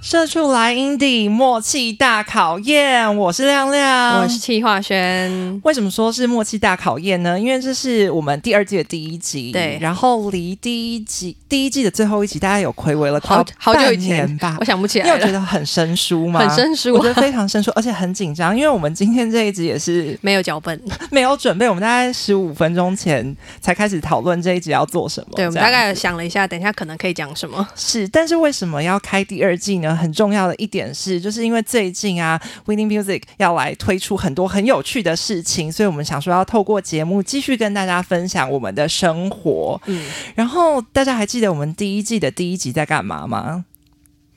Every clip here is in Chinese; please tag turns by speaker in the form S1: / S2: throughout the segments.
S1: 社畜来 Indie 默契大考验，我是亮亮，
S2: 我是戚化轩。
S1: 为什么说是默契大考验呢？因为这是我们第二季的第一集，
S2: 对
S1: 然后离第一集第一季的最后一集，大家有暌违了
S2: 好
S1: 快
S2: 好久以
S1: 半年
S2: 前
S1: 吧
S2: 我。想不起
S1: 你有
S2: 来
S1: 觉
S2: 了，
S1: 得很生疏吗？
S2: 很生疏
S1: 我觉得非常生疏，而且很紧张，因为我们今天这一集也是
S2: 没有脚本。
S1: 没有准备，我们大概十五分钟前才开始讨论这一集要做什么。
S2: 对，我
S1: 这
S2: 们
S1: 样
S2: 大概想了一下，等一下可能可以讲什么。
S1: 是，但是为什么要开第二季呢？很重要的一点是，就是因为最近啊，Winning Music 要来推出很多很有趣的事情，所以我们想说要透过节目继续跟大家分享我们的生活。
S2: 嗯，
S1: 然后大家还记得我们第一季的第一集在干嘛吗？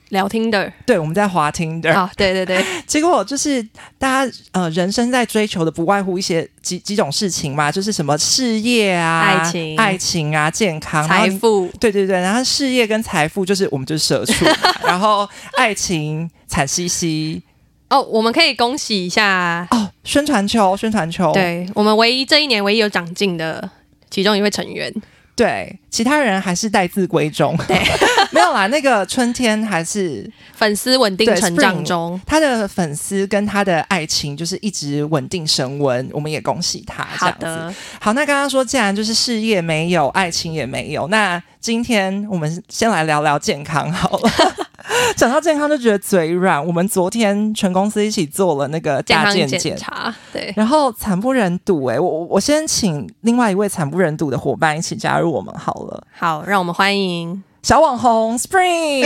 S2: 聊 听的
S1: 对，我们在滑 Tinder。
S2: 啊，对 对对，
S1: 结果就是大家呃，人生在追求的不外乎一些几几种事情嘛，就是什么事业啊、
S2: 爱情
S1: 爱情啊、健康、然后
S2: 财富
S1: 对对对，然后事业跟财富就是我们就是社畜嘛， 然后爱情惨兮兮
S2: 哦，我们可以恭喜一下，
S1: 哦，宣传球，宣传球，
S2: 对我们唯一这一年唯一有长进的其中一位成员，
S1: 对其他人还是待字闺中，对， 没有啦，那个春天还是
S2: 粉丝稳定
S1: 对
S2: 成
S1: Spring
S2: 长中。
S1: 他的粉丝跟他的爱情就是一直稳定升温，我们也恭喜他，这
S2: 好
S1: 样子。
S2: 的，
S1: 好，那刚刚说，既然就是事业没有，爱情也没有，那今天我们先来聊聊健康好 了。讲到健康就觉得嘴软。我们昨天全公司一起做了那个
S2: 健
S1: 大
S2: 康
S1: 健
S2: 检
S1: 检，
S2: 查，对，
S1: 然后惨不忍睹哎、我我我先请另外一位惨不忍睹的伙伴一起加入我们好了。
S2: 好，让我们欢迎
S1: 小网红 Spring，、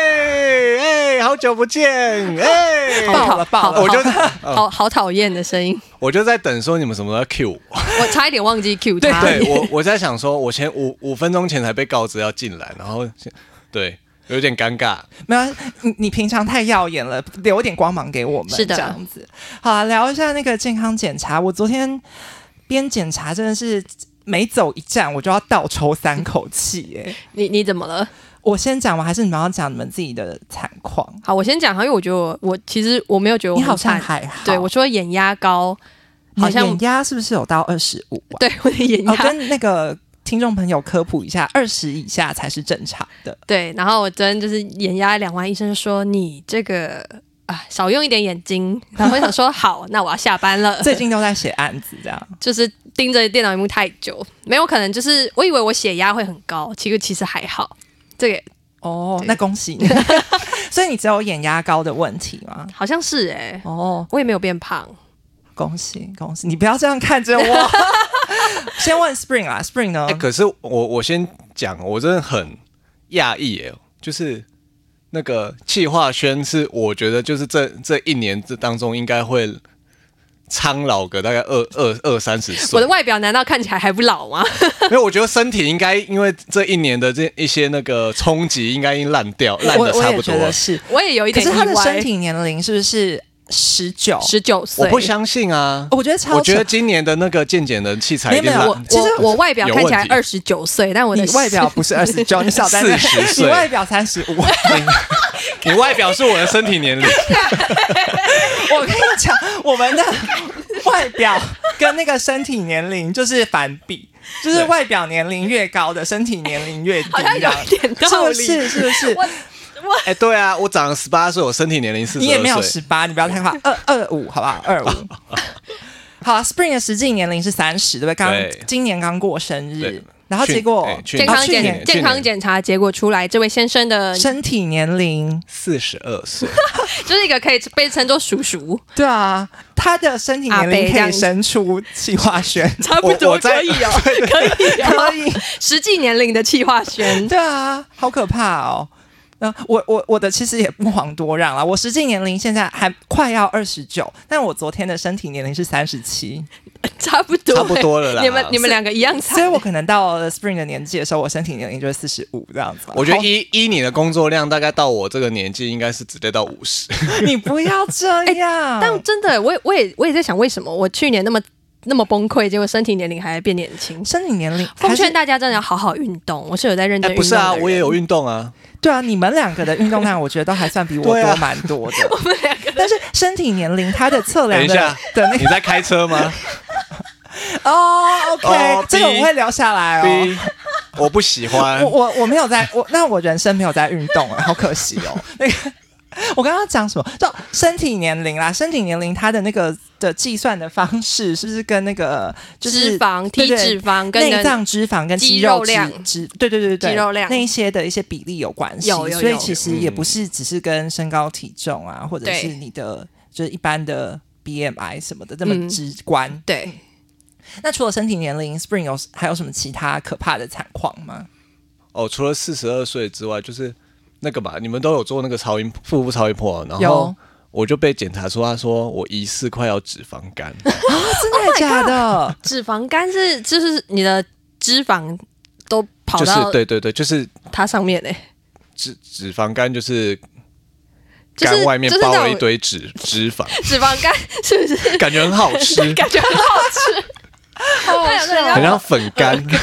S3: 哎哎，好久不见！ 哎、
S2: 好
S1: 爆了爆了
S3: 我就
S2: 好好讨厌的声音，
S3: 我就在等说你们什么时候 Q 我。
S2: 我差一点忘记 Q 他。
S3: 对我我在想说，我前五五分钟前才被告知要进来，然后现对有点尴尬。
S1: 没有啊你你平常太耀眼了，留点光芒给我们，
S2: 是的
S1: 这样子。好啊，聊一下那个健康检查。我昨天边检查真的是每走一站我就要倒抽三口气耶、
S2: 你你怎么了？
S1: 我先讲完，还是你们要讲你们自己的惨况？
S2: 好，我先讲哈，因为我觉得我我其实我没有觉得我
S1: 你好
S2: 很
S1: 像
S2: 惨，
S1: 还好，
S2: 对我除了眼压高，
S1: 你
S2: 好
S1: 的
S2: 像
S1: 眼压是不是有到二十五啊？
S2: 对我的眼
S1: 哦，
S2: 压、
S1: 跟那个听众朋友科普一下，二十以下才是正常 的。
S2: 对，然后我真就是眼压两万，医生就说你这个啊少用一点眼睛，然后我想说 好，那我要下班了，
S1: 最近都在写案子，这样
S2: 就是盯着电脑荧幕太久，没有可能就是我以为我血压会很高，其实其实还好，这个
S1: 哦
S2: 对
S1: 那恭喜你。 所以你只有眼压高的问题吗？
S2: 好像是哎、
S1: 哦，
S2: 我也没有变胖，
S1: 恭喜恭喜！你不要这样看着 我。先问 Spring 啊，Spring 呢
S3: 哎、？可是我我先讲，我真的很讶异耶，就是那个气化轩是我觉得就是这这一年这当中应该会苍老个大概二二二三十岁。
S2: 我的外表难道看起来还不老吗？
S3: 没有，我觉得身体应该因为这一年的这一些那个冲击，应该已经烂掉，
S2: 哎
S3: 烂
S1: 我
S3: 的
S1: 我
S3: 差
S1: 也
S3: 不
S1: 觉
S3: 多
S1: 得
S3: 了。
S1: 是，
S2: 我也有一
S1: 可
S2: 点
S1: 是
S2: 意
S1: 他的身
S2: 外，
S1: 体年龄是不是十九？
S2: 十九岁，
S3: 我不相信啊！
S1: 哦我觉得超
S3: 我觉得
S1: 扯
S3: 今年的那个健检的器材
S1: 没
S3: 已
S1: 有
S3: 经
S1: 没有
S3: 烂
S2: 我
S1: 其实
S2: 我我外表看起来
S3: 有
S2: 二
S3: 问
S2: 十九岁，但我的
S1: 你外表不是二十九，你少在那
S3: 40岁
S1: 你外表三十 五。
S3: 你外表是我的身体 年龄，
S1: 我跟你讲，我们的外表跟那个身体年龄就是反比，就是
S3: 对
S1: 外表年龄越高的，身体年龄越低，
S2: 好像有一点
S1: 这
S2: 道
S1: 样
S2: 理
S1: 是不是？是不是？
S3: 哎、对啊，我长十八岁，我身体年龄四十
S1: 你也没有
S3: 二
S1: 十
S3: 岁，
S1: 八，你不要 太快，二二五好不好？ 二五。好、啊、，Spring 的实际年龄是三十，对不对？刚
S3: 对
S1: 今年刚过生日
S3: 对，
S1: 然后
S3: 去
S1: 结果、
S3: 哎去
S2: 健
S3: 年
S1: 哦
S2: 康
S1: 去
S2: 检
S3: 检
S1: 年
S3: 去
S2: 健
S3: 年
S2: 康检查结果出来，这位先生的
S1: 身体年龄，
S3: 四十二岁。
S2: 就是一个可以被称作叔叔，
S1: 对啊，他的身体
S2: 阿
S1: 年
S2: 伯
S1: 龄
S2: 这
S1: 可
S2: 样
S1: 以
S2: 子
S1: 生出气化 轩，
S2: 差
S3: 不多我在可以
S2: 哦，可以
S1: 可以。
S2: 实际年龄的气化轩，
S1: 对啊，好可怕哦。呃，我我我的其实也不遑多让啦，我实际年龄现在还快要二十九，但我昨天的身体年龄是三十七，
S2: 差不多，嗯
S3: 差不多了啦
S2: 你们你们两个一样
S1: 所以
S2: 惨，
S1: 我可能到了 spring 的年纪的时候，我身体年龄就是四十五这样子吧。
S3: 我觉得
S1: 好
S3: 依依你的工作量，大概到我这个年纪，应该是直接到五十。
S1: 你不要这样，
S2: 但真的，我也我也我也在想，为什么我去年那么那么崩溃，结果身体年龄还变年轻？
S1: 身体年龄
S2: 奉
S1: 还是
S2: 劝大家真的要好好运动，我是有在认
S3: 哎、
S2: 真运
S3: 不
S2: 动
S3: 是
S2: 的人、
S3: 啊，我也有运动啊。
S1: 对啊，你们两个的运动量，我觉得都还算比我
S3: 对啊
S1: 多蛮多的。我们两个，但是身体年龄它的测量
S3: 等一
S1: 的
S3: 下
S1: 的那
S3: 你
S1: 个
S3: 在开 车吗
S1: 哦，OK，、
S3: 哦
S1: 这个我
S3: ，B
S1: 会留下来哦。
S3: ？B，我不喜欢
S1: 我。我我没有在，我那我人生没有在运动、啊，好可惜哦。那个我刚刚讲什么？就身体年龄啦，身体年龄它的那个的计算的方式是不是跟那个就是
S2: 脂肪、体
S1: 对对
S2: 脂肪跟
S1: 内
S2: 人
S1: 脏脂肪跟
S2: 肌
S1: 肌
S2: 肉
S1: 脂
S2: 量
S1: 脂对对对对对
S2: 肌肉量
S1: 那一些的一些比例有关系，
S2: 有有
S1: 所以
S2: 有
S1: 其实也不是只是跟身高体重啊，或者
S2: 对
S1: 是你的就是一般的 BMI 什么的这么
S2: 嗯
S1: 直观。
S2: 对。
S1: 那除了身体年龄，Spring 有还有什么其他可怕的惨况吗？
S3: 哦，除了四十二岁之外，就是那个嘛，你们都有做那个超音腹部超音波，啊然后
S1: 有
S3: 我就被检查出，他说我疑似快要脂肪肝，
S2: Oh
S1: 真的假的？
S2: 脂肪肝是就是你的脂肪都跑
S3: 就是
S2: 到
S3: 对对对，就是
S2: 它上面欸嘞、
S3: 脂脂肪肝就是
S2: 就是
S3: 肝外面
S2: 就是
S3: 包
S2: 那
S3: 了一
S2: 种
S3: 堆脂脂肪，
S2: 脂肪肝 是不是？
S3: 感觉很好 吃，
S2: 感觉很好吃，
S1: 好
S2: 好笑
S3: 很像粉干。
S2: 呃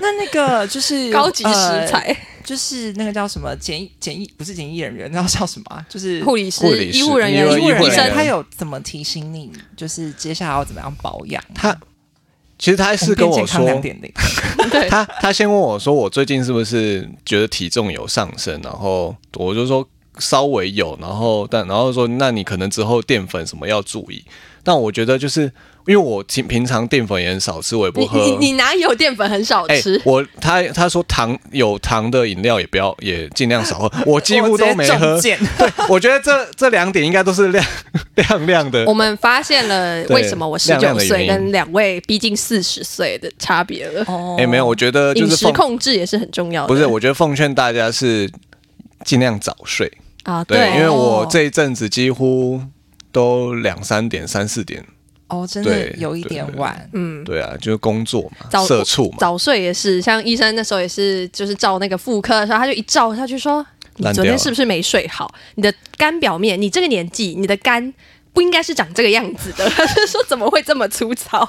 S1: 那那个就是
S2: 高级食，
S1: 呃
S2: 材。
S1: 就是那个叫什么简易简易不是简易人员，那叫什么啊、就是
S2: 护理师
S3: 护、理师
S2: 医护人
S1: 医
S2: 员、
S3: 医护人
S2: 医
S3: 员
S2: 生，
S1: 他有怎么提醒你？就是接下来要怎么样保养？
S3: 他其实他是跟我说，
S1: 两点零，
S2: 对，
S3: 他他先问我说，我最近是不是觉得体重有上升？然后我就说嗯稍微有，然后但然后说，那你可能之后淀粉什么要注意。但我觉得就是因为我平平常淀粉也很少吃，我也不
S2: 你
S3: 喝。
S2: 你你哪有淀粉很少
S3: 哎、
S2: 吃？
S3: 我他他说糖有糖的饮料也不要，也尽 量少喝。我 几乎都没喝
S1: 我直。接中箭
S3: 我觉得这这两点应该都是亮 亮亮的
S2: 我。们发现了
S3: 对
S2: 为什么我十
S3: 亮亮
S2: 九
S3: 的原
S2: 岁
S3: 因
S2: 跟两位逼近四十岁的差别了。
S1: 哦
S3: 哎、没有，我觉得就
S2: 饮
S3: 是
S2: 食
S3: 奉
S2: 控制也是很重要的。
S3: 不是，我觉得奉劝大家是尽量早睡。
S2: 啊，
S3: 对，因为我
S1: 哦
S3: 这一阵子几乎都两三点、三四点，
S1: 哦，真的
S3: 对
S1: 有一点晚，
S2: 嗯，
S3: 对啊，就是工作嘛，
S2: 早
S3: 社畜嘛，
S2: 早睡也是，像医生那时候也是，就是照那个妇科的时候，他就一照下去说，你
S3: 烂
S2: 昨
S3: 掉
S2: 天
S3: 了
S2: 是不是没睡好？你的肝表面，你这个年纪，你的肝。不应该是长这个样子的，他 就说怎么会这么粗糙？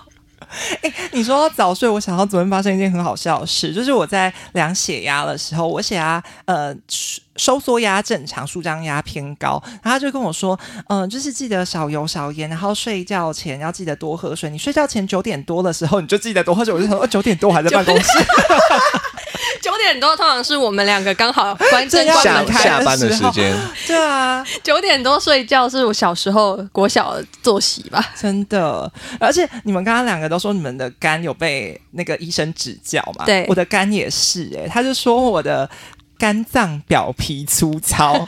S1: 你说到早睡，我想到昨天发生一件很好笑的事，就是我在量血压的时候，我血压呃收收缩压正常，舒张压偏高，然后他就跟我说，嗯、就是记得少油少盐，然后睡觉前要记得多喝水。你睡觉前九点多的时候，你就记得多喝水。我就想说，哦九点多我还在办公室，
S2: 九点多通常是我们两个刚好关灯
S1: 正要
S2: 关
S3: 下
S2: 门
S1: 离开
S2: 看，
S3: 下班的时间，
S1: 对啊，
S2: 九点多睡觉是我小时候国小的作息吧？
S1: 真的，而且你们刚刚两个都说你们的肝有被那个医生指教嘛？
S2: 对
S1: 我的肝也是、欸，他就说我的肝脏表皮粗 糙，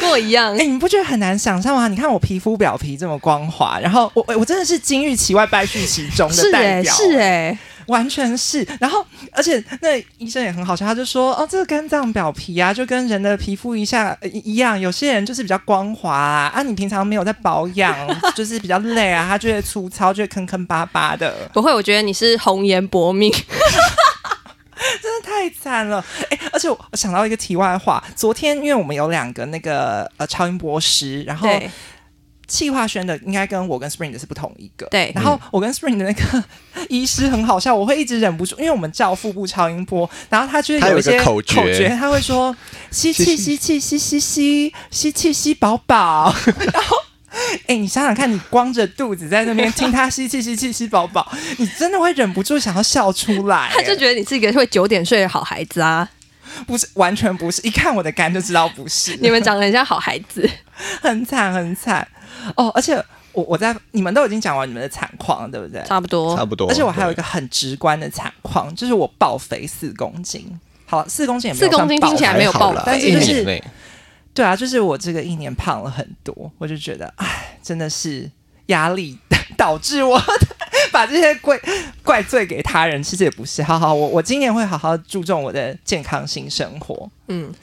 S2: 跟我一样
S1: 哎、，你不觉得很难想象吗？你看我皮肤表皮这么光滑，然后我我真的是金玉其外败絮其中的
S2: 是
S1: 代
S2: 哎、
S1: 表、
S2: 是
S1: 哎、
S2: 哎、
S1: 完全是。然后，而且那医生也很好笑，他就说：“哦，这个肝脏表皮啊，就跟人的皮肤一下呃一一样，有些人就是比较光滑啊，啊你平常没有在保养， 就是比较累啊，他就会粗糙，就会坑坑巴巴的，
S2: 不会，我觉得你是红颜薄命，
S1: 真的太惨了。哎、而且我想到一个题外话，昨天因为我们有两个那个呃超音波师，然后。”
S2: 对
S1: 气化轩的应该跟我跟 Spring 的是不同一个。
S2: 对
S1: 然后我跟 Spring 的那个医师很好笑，我会一直忍不住，因为我们照腹部超音波，然后他就
S3: 他
S1: 有
S3: 有
S1: 一
S3: 一个
S1: 些
S3: 口诀
S1: 他会说吸气吸气吸吸吸吸气吸饱饱，然后。哎、你想想看，你光着肚子在那边听他吸气、吸气、吸饱饱，你真的会忍不住想要笑出来。
S2: 他就觉得你是一个会九点睡的好孩子啊，
S1: 不是，完全不是，一看我的肝就知道不是。
S2: 你们长得很像好孩子。
S1: 很惨，很惨哦！而且我我在你们都已经讲完你们的惨况了，对不对？
S2: 差不多，
S3: 差不多。
S1: 而且我还有一
S3: 对
S1: 个很直观的惨况，就是我爆肥四公斤。好，四公斤也没有
S2: 四公斤
S1: 算爆
S2: 听起来
S1: 肥
S2: 没有
S3: 还好
S2: 爆
S3: 啦
S1: 但是
S3: 一
S1: 就是
S3: 年内
S1: 对啊，就是我这个一年胖了很多，我就觉得，哎，真的是压力导致我 把这些怪怪罪给他人，其实也不是。好好，我我今年会好好注重我的健康性生活。
S2: 嗯，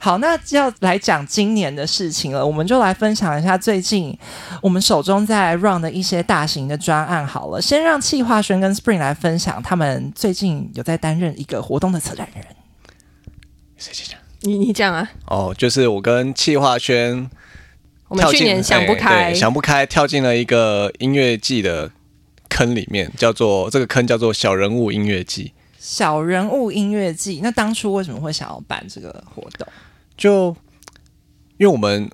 S1: 好，那要来讲今年的事情了，我们就来分享一下最近我们手中在 run 的一些大型的专案。好了，先让气化轩跟 Spring 来分享他们最近有在担任一个活动的策展人。
S3: 谁先讲
S2: 你你讲啊，
S3: 哦，就是我跟气化轩
S2: 我们
S3: 跳
S2: 去
S3: 进
S2: 年想不
S3: 哎
S2: 开
S3: 对，想不开，跳进了一个音乐季的坑里面，叫做这个坑叫做小人物音乐季。
S1: 小人物音乐季，那当初为什么会想要办这个活动？
S3: 就因为我们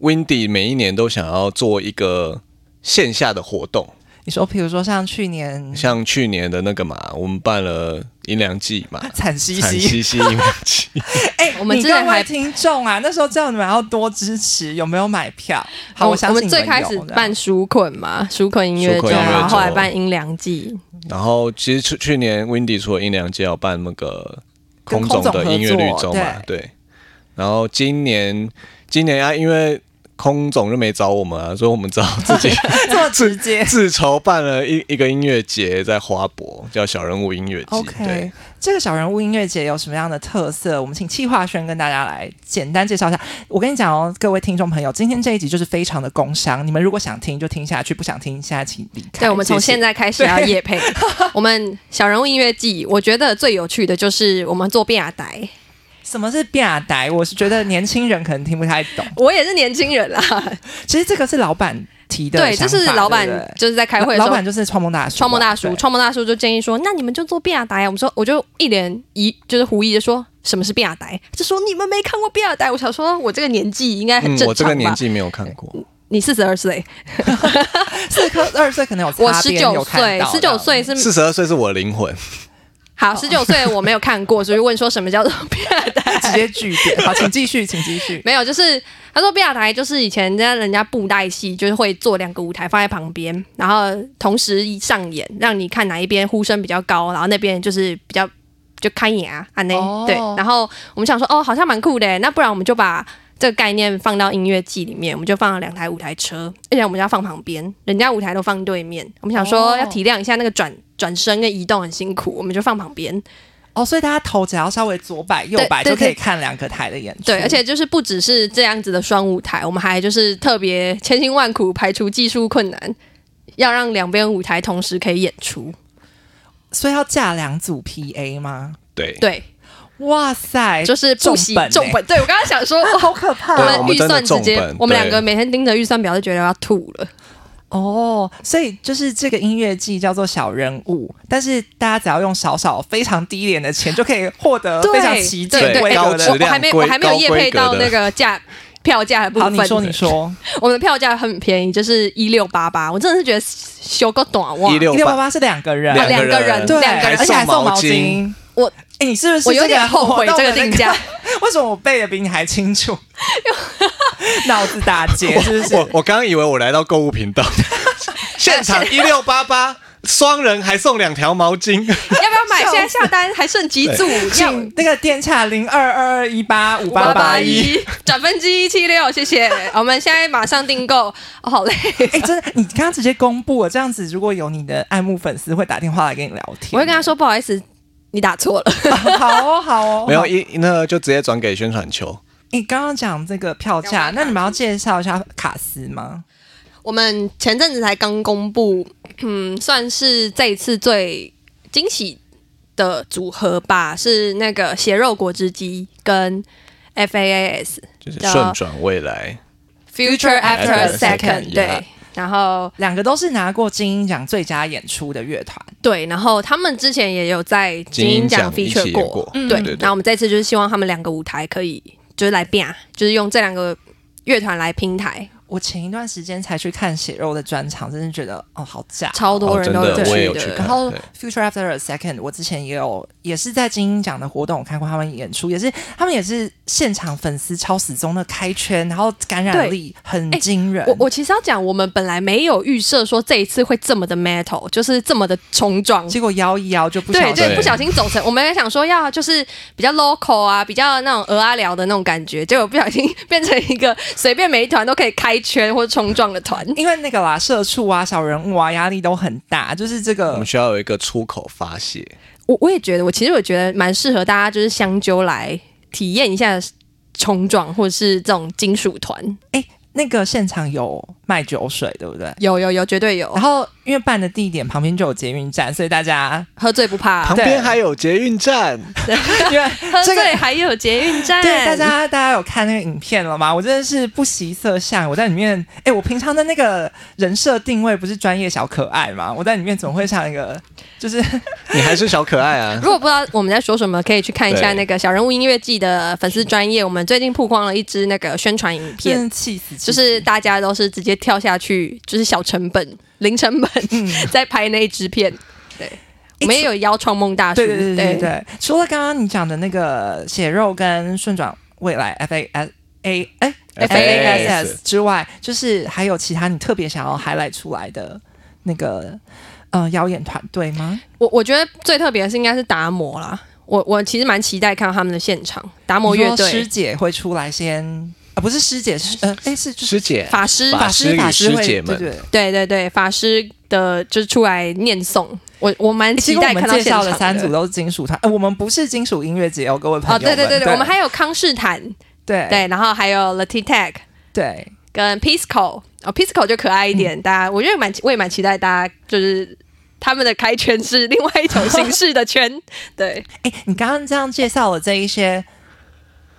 S3: Windy 每一年都想要做一个线下的活动，
S1: 你说，比如说像去年
S3: 像去年的那个嘛，我们办了阴凉季嘛，
S1: 惨兮
S3: 惨
S1: 兮，
S3: 兮兮阴凉季，
S1: 哎，
S2: 我们
S1: 你
S2: 之前
S1: 各位
S2: 还
S1: 听众啊，那时候叫你们要多支持，有没有买票？好，
S2: 我
S1: 我相信
S2: 们
S1: 你
S2: 最
S1: 有
S2: 开始
S1: 这样
S2: 办纾困嘛，纾困音乐
S3: 纾
S2: 周，啊
S3: 困
S1: 音乐
S2: 然后后来
S3: 周
S2: 办阴凉季，
S3: 然后其实去去年 Windy 除了阴凉季，有办那个
S1: 跟
S3: 空
S1: 空
S3: 总
S1: 总
S3: 的
S1: 合
S3: 音乐绿
S1: 作
S3: 洲嘛，对。然后今年今年啊，因为空总就没找我们啊，所以我们只好自 己
S1: 这么直 接。
S3: 自筹办了一一个音乐节在花博，叫小人物音乐季。对
S1: OK，，这个小人物音乐节有什么样的特色？我们请企划轩跟大家来简单介绍一下。我跟你讲哦，各位听众朋友，今天这一集就是非常的工商，你们如果想听就听下去，不想听现在请离开。
S2: 对，我们从现
S1: 在
S2: 在开始要夜 配。我们小人物音乐季，我觉得最有趣的就是我们做变雅呆，
S1: 什么是变呆？我是觉得年轻人可能听不太懂。
S2: 我也是年轻人 啦，
S1: 其实这个是老板提的
S2: 对，
S1: 想
S2: 就
S1: 法，
S2: 是老板
S1: 对不对
S2: 就是在开会的
S1: 老老
S2: 时候
S1: 板。就是创梦大叔啊嘛，
S2: 创梦大叔，
S1: 对
S2: 创梦大叔就建议说：“那你们就做变雅呆。”我们说，我就一脸疑，就是狐疑的说：“什么是变雅呆？”就说：“你们没看过变雅呆。”我想说，我这个年纪应该很
S3: 嗯
S2: 正常吧？，
S3: 我这个年纪没有看过，
S2: 你四十二岁，
S1: 四颗二十岁可能有擦
S2: 我
S1: 边，
S2: 十
S1: 有
S2: 九
S1: 看
S2: 岁，
S1: 到
S2: 十九岁
S1: 嗯
S2: 是
S3: 四十二岁是我的灵魂。
S2: 好，十九岁我没有看过，所以问说什么叫做 变雅 呆？
S1: 直接据点。好，请继续，请继续。
S2: 没有，就是他说贝亚台就是以前人家人家布袋戏就是会做两个舞台放在旁边，然后同时上演，让你看哪一边呼声比较高，然后那边就是比较就开眼啊，啊那、
S1: 哦
S2: 对，然后我们想说哦，好像蛮酷的，那不然我们就把。这个概念放到音乐季里面，我们就放了两台舞台车，而且我们要放旁边，人家舞台都放对面。我们想说
S1: 哦
S2: 要体谅一下那个转转身跟移动很辛苦，我们就放旁边。
S1: 哦，所以大家头只要稍微左摆右摆
S2: 对
S1: 就
S2: 对
S1: 可以看两个台的演出。
S2: 对，而且就是不只是这样子的双舞台，我们还就是特别千辛万苦排除技术困难，要让两边舞台同时可以演出。
S1: 所以要架两组 PA 吗？
S3: 对，
S2: 对，
S1: 哇塞，
S2: 就是不惜
S1: 哎重本欸
S2: 重本。对我刚刚想说，哇
S1: 好可怕
S2: 我
S3: 对
S1: 哦
S2: 们
S3: 我们
S2: 预
S3: 真的
S2: 算直接
S3: 重本，
S2: 我们两
S3: 对
S2: 个每天盯着预算表就觉得要吐了。
S1: 哦！所以就是这个音乐季叫做小人物，但是大家只要用少少非常低廉的钱就可以获得
S2: 对
S1: 非常奇迹
S2: 对
S3: 对
S1: 规
S3: 高
S1: 格
S2: 我
S3: 质
S1: 的。
S2: 我还
S3: 量
S2: 没
S3: 规
S2: 我还没有
S3: 高
S2: 业
S3: 规
S2: 配
S3: 格
S2: 到
S3: 的
S2: 那个价票价的部
S1: 好，
S2: 分。
S1: 你说你说，
S2: 我们的票价很便宜，就是一六八八，我真的是觉得修个短袜。
S3: 一六
S1: 一六八八是两个人，
S2: 啊
S3: 两
S2: 两个人
S3: 人，
S1: 对，
S2: 两个人
S1: 而且还送毛
S3: 毛巾。
S1: 巾。
S2: 我
S1: 哎，你是不是
S2: 我有点
S1: 这个
S2: 后悔
S1: 活动
S2: 这
S1: 的
S2: 个定价，
S1: 那 个？为什么我背的比你还清 楚？脑子打结是不是？
S3: 我我刚刚以为我来到购物 频道，现场一六八八，双人还送两条毛巾，
S2: 要不要买？现在下单还剩几组？要
S1: 请那个电洽零二二二一八五八八一。
S2: 一转分机一七六，谢谢。我们现在马上订购，哦、好嘞。
S1: 哎、真的，你刚刚直接公布了，这样子如果有你的爱慕粉丝会打电话来跟你聊天，
S2: 我会跟他说不好意思，你打错了。
S1: 他 好哦，好哦。
S3: 没有
S1: 好
S3: 一那就直接转给宣传球。
S1: 你刚刚讲这个票价，那你们要介绍一下卡斯吗？
S2: 我们前阵子才刚公布，嗯，算是这一次最惊喜的组合吧，是那个血肉果汁机跟 FAAS
S3: 就是
S1: 啊
S2: 叫
S3: 顺转未来，
S2: Future After
S3: After
S2: Second
S3: Second，yeah
S2: 对，然后
S1: 两个都是拿过金鹰奖最佳演出的乐团，
S2: 对，然后他们之前也有在金鹰奖
S3: 金鹰奖
S2: feature
S3: 一起演
S2: 过
S3: 过，
S2: 嗯
S3: 对
S2: 对
S3: 对。对
S2: 那我们这次就是希望他们两个舞台可以就是来变，啊就是用这两个乐团来拼台，
S1: 我前一段时间才去看血肉的专场，真的觉得哦，好假。
S2: 超多
S3: 哦
S2: 人
S3: 真
S2: 都
S3: 的我也
S2: 去
S3: 有去看
S1: 然后
S3: 对
S1: Future After a Second，我之前也有也是在金鹰奖的活动，我看过他们演出，也是他们也是现场粉丝超死忠的开圈，然后感染
S2: 对哎
S1: 力很惊人。
S2: 我我其实要讲，我们本来没有预设说这一次会这么的 metal，就是这么的冲撞。
S1: 结果摇一摇就不小
S2: 对
S1: 心
S2: 对，
S3: 对
S2: 不小心走成，我们也想说要就是比较 local 啊，比较那种鹅啊聊的那种感觉，结果不小心 变成一个随便每一团都可以开圈或冲撞的团。
S1: 因为那个啦，社畜啊、小人物啊，压力都很大，就是这
S3: 我
S1: 个
S3: 们。需要有一个出口发泄，
S2: 我我也觉得，我其实我觉得蛮适合大家就是相揪来体验一下冲撞或者是这种金属团，
S1: 哎那个现场有卖酒水，对不对？
S2: 有有有，绝对有
S1: 然，后因为办的地点旁边就有捷运站，所以大家
S2: 喝醉不怕
S1: 啊
S3: 旁，边还有捷运站，
S1: 因为
S2: 喝
S1: 这个
S2: 醉还有捷运站，
S1: 对大家大家有看那个影片了吗？我真的是不惜色相，我在里面，哎，我平常的那个人设定位不是专业小可爱吗？我在里面总会像一个就是
S3: 你还是小可爱 啊。
S2: 如果不知道我们在说什么，可以去看一下那个小人物音乐季的粉丝专业。我们最近曝光了一支那个宣传影
S1: 真
S2: 片，
S1: 的气死，
S2: 就是大家都是直接跳下去，就是小成本零成本
S1: 嗯
S2: 在拍那一支片。对，我们也有邀创梦大叔，
S1: 哎对对对对对。除了刚刚你讲的那个血肉跟顺转未来 F A S A 哎 F A S S 之外，就是还有其他你特别想要 highlight 出来的那个呃妖演团队吗？
S2: 我我觉得最特别的是应该是达摩啦。我我其实蛮期待看到他们的现场，达摩乐
S1: 你说师
S2: 队
S1: 姐会出来先啊，不是师姐是呃哎是就是
S3: 师姐、
S2: 法师，
S1: 法师
S3: 法
S1: 法
S3: 师与
S1: 师会
S3: 师
S1: 对
S3: 姐们
S1: 对。对
S2: 对对对，法师的就是出来念诵。我我蛮
S1: 其
S2: 期
S1: 实我
S2: 待
S1: 们
S2: 看到
S1: 介
S2: 现场
S1: 绍
S2: 的
S1: 的三组都是金属团，呃，我们不是金属音乐节哦，各位朋
S2: 哦，
S1: 友
S2: 对
S1: 们。
S2: 对对
S1: 对，
S2: 对，我们还有康士坦，
S1: 对
S2: 对，然后还有 Lati Tech
S1: 对
S2: 跟 Pisco，哦，Pisco 就可爱一
S1: 嗯
S2: 点，大家我觉得蛮我也蛮期待大家就是他们的开圈是另外一种形式的圈， 对，
S1: 哎，你刚刚这样介绍了这一些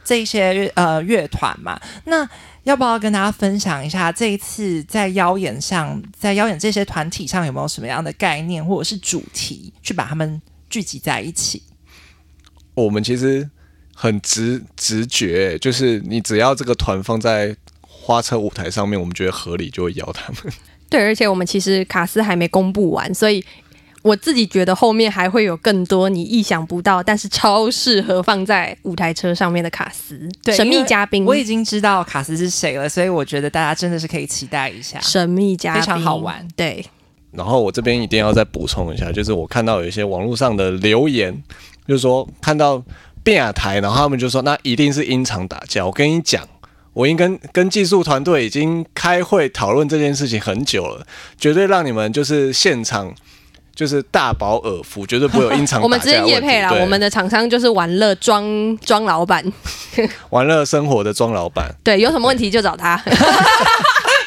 S1: 这一些呃乐团嘛，那要不要跟大家分享一下这一次在邀演上，在邀演这些团体上有没有什么样的概念或者是主题去把他们聚集在一起？
S3: 我们其实很直直觉、就是你只要这个团放在花车舞台上面，我们觉得合理就会邀他们。
S2: 对，而且我们其实卡斯还没公布完，所以我自己觉得后面还会有更多你意想不到，但是超适合放在舞台车上面的卡斯，
S1: 对
S2: 神
S1: 因
S2: 秘
S1: 为
S2: 嘉宾，
S1: 我已经知道卡斯是谁了，所以我觉得大家真的是可以期待一下。
S2: 神秘嘉宾
S1: 非常好玩，
S2: 对，
S3: 然后我这边一定要再补充一下，就是我看到有一些网络上的留言，就是说看到变雅台，然后他们就说那一定是因场打架。我跟你讲，我已经跟跟技术团队已经开会讨论这件事情很久了，绝对让你们就是现场就是大饱耳福，绝对不会有因 场打架的
S2: 我们直接夜配啦
S3: 问，题对
S2: 我们的厂商就是玩乐庄庄老板，
S3: 玩乐生活的庄老板。
S2: 对，有什么问题就找他，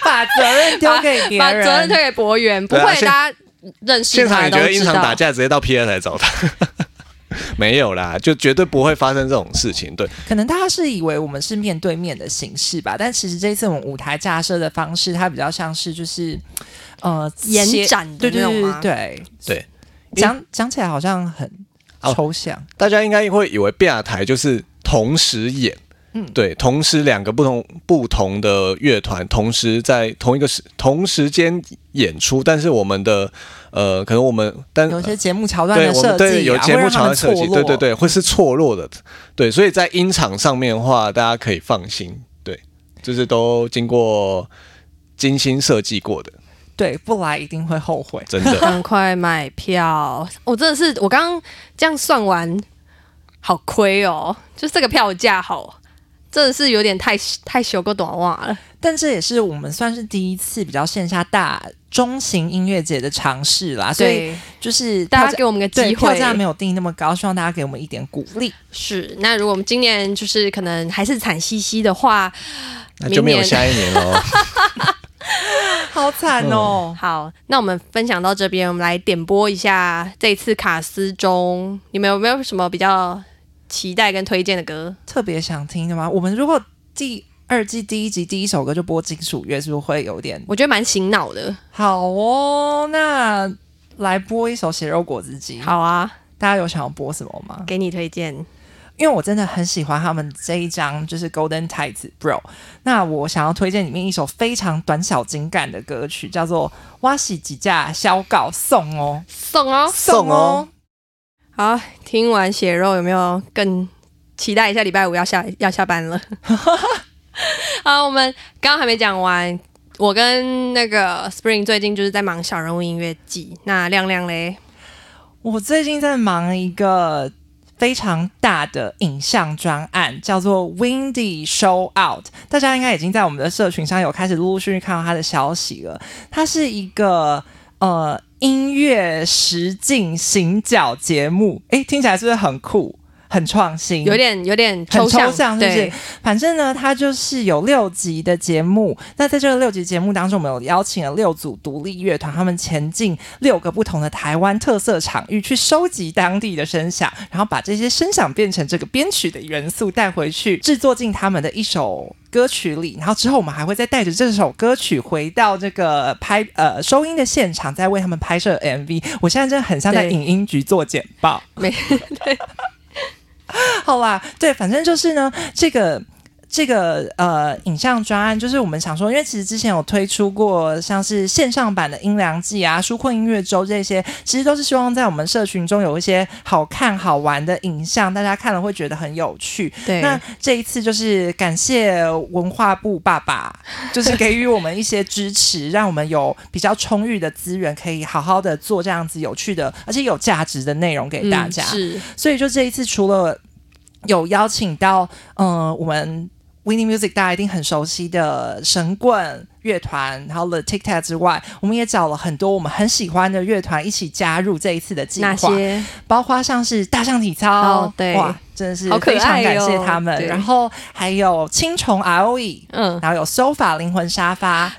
S1: 把责任丢给别
S2: 把
S1: 人，
S2: 责任推给博源，不
S3: 对啊
S2: 会
S3: 现
S2: 大家认识
S3: 现场
S2: 他
S3: 你
S2: 都
S3: 觉得因
S2: 知
S3: 场打
S2: 道。
S3: 架，直接到 P R 来找他。 没有啦，就绝对不会发生这种事情。对，
S1: 可能大家是以为我们是面对面的形式吧，但其实这一次我们舞台架设的方式，它比较像是就是呃
S2: 延
S1: 斜
S2: 展的
S1: 对对
S2: 那种
S1: 对
S2: 吗
S1: 对对
S3: 对
S1: 讲讲起来好像很
S3: 哦
S1: 抽象，
S3: 大家应该会以为变雅台就是同时演，
S1: 嗯
S3: 对，同时两个不同不同的乐团同时在同一个时同时间演出，但是我们的呃，可能我们但呃
S1: 有一些节目桥段
S3: 对，
S1: 的
S3: 我
S1: 设
S3: 们
S1: 计、啊
S3: 对有节
S1: 会
S3: 目
S1: 让他
S3: 桥
S1: 们
S3: 段设计，
S1: 错
S3: 对
S1: 落
S3: 对对，会是错落的，对，所以在音场上面的话，大家可以放心，对，就是都经过精心设计过的，
S1: 对，不来一定会后悔。
S3: 真的。
S2: 赶快买票！我真的是，我刚刚这样算完，好亏哦，就是这个票价好，真的是有点太太修个短袜了。
S1: 但这也是我们算是第一次比较线下大中型音乐节的尝试啦，所以
S2: 对，
S1: 就是
S2: 大
S1: 票
S2: 家
S1: 价
S2: 给我们个
S1: 对
S2: 机
S1: 票
S2: 会。
S1: 价没有定那么高，希望大家给我们一点鼓励。
S2: 是，那如果我们今年就是可能还是惨兮兮的话，
S3: 那就没有
S2: 明年
S3: 下一年喽。
S1: 好惨哦！
S2: 好，那我们分享到这边，我们来点播一下这次卡斯中，你们有没有什么比较期待跟推荐的歌？
S1: 特别想听的吗？我们如果第二季第一集第一首歌就播金属乐，是不是会有点
S2: 我觉得蛮醒脑的。
S1: 好哦？那来播一首血肉果汁机。，
S2: 好啊，
S1: 大家有想要播什么吗？
S2: 给你推荐。
S1: 因为我真的很喜欢他们这一张，就是 Golden Tides Bro。那我想要推荐里面一首非常短小精干的歌曲，叫做《哇喜几架小稿送哦
S2: 送哦。
S3: 送哦。
S2: 好，听完血肉有没有更期待一下礼拜五要下要下班了？ 好，我们刚刚还没讲完，我跟那个 Spring 最近就是在忙小人物音乐季，那亮亮嘞，
S1: 我最近在忙一个非常大的影像专案，叫做 Windy Show Out。大家应该已经在我们的社群上有开始陆陆续续看到它的消息了。它是一个呃音乐实境行脚节目，诶，听起来是不是很酷、很创新？
S2: 有点有点
S1: 嗯很
S2: 抽象，
S1: 象，是不是
S2: 对，？
S1: 反正呢，它就是有六集的节目。那在这个六集节目当中，我们有邀请了六组独立乐团，他们前进六个不同的台湾特色场域，去收集当地的声响，然后把这些声响变成这个编曲的元素带回去，制作进他们的一首。歌曲里，然后之后我们还会再带着这首歌曲回到这个拍呃收音的现场，再为他们拍摄 MV。我现在真的很像在
S2: 对
S1: 影音局做简报，
S2: 没
S1: 好啦，对，反正就是呢，这个。这个呃影像专案，就是我们想说，因为其实之前有推出过像是线上版的《阴凉季》啊、纾困音乐周这些，其实都是希望在我们社群中有一些好看好玩的影像，大家看了会觉得很有趣。
S2: 对
S1: 那这一次就是感谢文化部爸爸，就是给予我们一些支持，让我们有比较充裕的资源，可以好好的做这样子有趣的，而且有价值的内容给大家。
S2: 嗯是
S1: 所以就这一次，除了有邀请到呃我们 Winning Music 大家一定很熟悉的神棍乐团，然后 The Tic Tac 之外，我们也找了很多我们很喜欢的乐团一起加入这一次的计
S2: 哪
S1: 划，
S2: 些？
S1: 包括像是大象体操，
S2: 哦对
S1: 哇，真的是
S2: 好可
S1: 非常
S2: 爱
S1: 感
S2: 哟
S1: 谢他们，
S2: 对
S1: 然后还有青虫 ROE。
S2: 嗯，
S1: 然后有 sofa 灵魂沙发，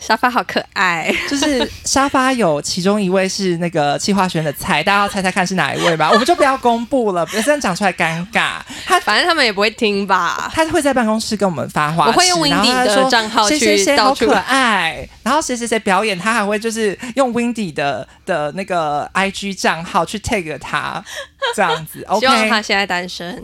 S2: 沙发好可爱，
S1: 就是沙发有其中一位是那个气化轩的菜，大家要猜猜看是哪一 位吧？我们就不要公布了，别这样讲出来尴尬。他
S2: 反正他们也不会听吧。
S1: 他会在办公室跟我们发话，
S2: 我会用
S1: 然后
S2: Windy
S1: 他
S2: 的
S1: 说
S2: 账号
S1: 谁
S2: 去
S1: 谁谁
S2: 到
S1: 好
S2: 处
S1: 可爱，然后谁谁谁表演，他还会就是用 Windy 的的那个 IG 账号去 tag 他，这样 子。
S2: 希望嗯他
S1: OK，
S2: 现在单身。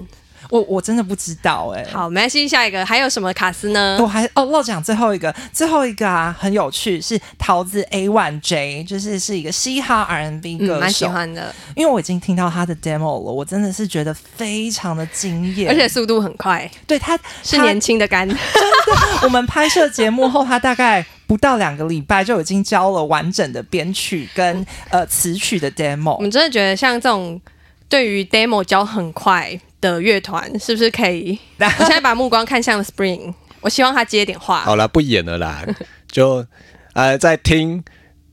S1: 我我真的不知道哎、
S2: 好，没关系，下一个还有什么卡斯呢
S1: 我？还哦漏讲最后一个，最后一个啊很有趣，是桃子 A One J，就是是一个嘻哈 R&B
S2: 嗯，
S1: 歌
S2: 蛮喜
S1: 手、
S2: 欢的，
S1: 因为我已经听到他的 demo 了，我真的是觉得非常的惊艳，
S2: 而且速度很快，
S1: 对他
S2: 是
S1: 他
S2: 年轻的肝。
S1: 我们拍摄节目后，他大概不到两个礼拜就已经交了完整的编曲
S2: 嗯
S1: 跟呃词曲的
S2: 我
S1: demo。
S2: 们真的觉得像这种对于 demo 教很快的乐团，是不是 可以？我现在把目光看向 Spring，我希望他接点话。
S3: 好啦，不演了 啦，就呃，在听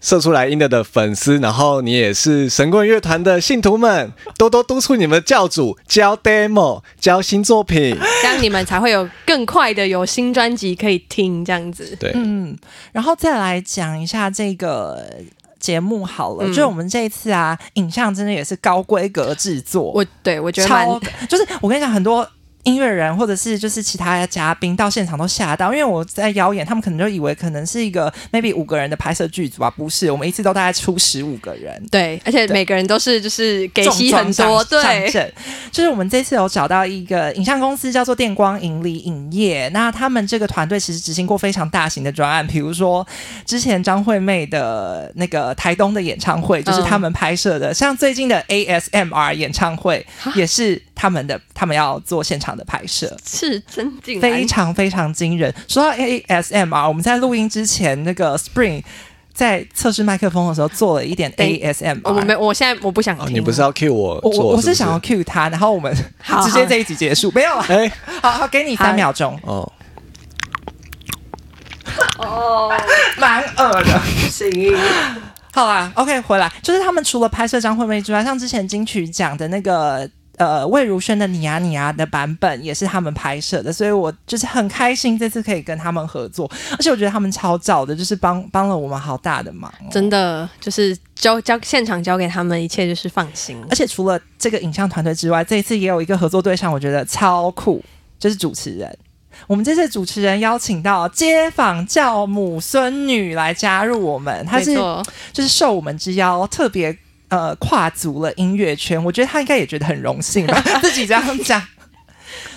S3: 射出来音的的粉丝，然后你也是神棍乐团的信徒们，多多督促你们教主教 demo，教新作品。
S2: 这样你们才会有更快的有新专辑可以听，这样子。
S3: 对，
S1: 嗯，然后再来讲一下这个节目好了，
S2: 嗯
S1: 就是我们这一次啊，影像真的也是高规格制作，
S2: 我对我觉得蛮
S1: 超就是我跟你讲很多。音乐人或者是就是其他嘉宾到现场都吓到，因为我在邀演，他们可能就以为可能是一个 maybe 五个人的拍摄剧组啊，不是，我们一次都大概出十五个人，
S2: 对，而且每个人都是就是给息很
S1: 重
S2: 多，
S1: 装上上
S2: 对，
S1: 阵就是我们这次有找到一个影像公司叫做电光影里影业，那他们这个团队其实执行过非常大型的专案，比如说之前张惠妹的那个台东的演唱
S2: 嗯
S1: 会，就是他们拍摄的，像最近的 ASMR 演唱会也是他们的，他们要做现场的拍摄。
S2: 是真进来
S1: 非。常非常惊人。说到 ASMR，我们在录音之前，那个 Spring 在测试麦克风的时候做了一点
S2: 等
S1: ASMR。
S2: 我没，我现在我不想
S3: 哦，
S2: 听。
S3: 你不是要 cue 我
S1: 我
S3: 做
S1: 我我
S3: 是不
S1: 是想要 cue 他，然后我们
S2: 好
S1: 直接这一集结束，没有了。
S3: 哎、
S1: 好好，给你
S2: 好
S1: 三秒钟，
S3: 哦，
S1: 蛮恶的，行。好啊啦，OK，回来就是他们除了拍摄张惠妹之外，像之前金曲奖的那个。呃，魏如萱的《你呀你呀》的版本也是他们拍摄的，所以我就是很开心这次可以跟他们合作，而且我觉得他们超早的，就是帮帮了我们好大的忙哦、
S2: 真的就是交交现场交给他们，一切就是放心。
S1: 而且除了这个影像团队之外，这一次也有一个合作对象，我觉得超酷，就是主持人。我们这次主持人邀请到街坊教母孙女来加入我们，她
S2: 没
S1: 是
S2: 错，
S1: 就是受我们之邀，特别呃跨足了音乐圈。我觉得她应该也觉得很荣幸 吧，自己这样讲。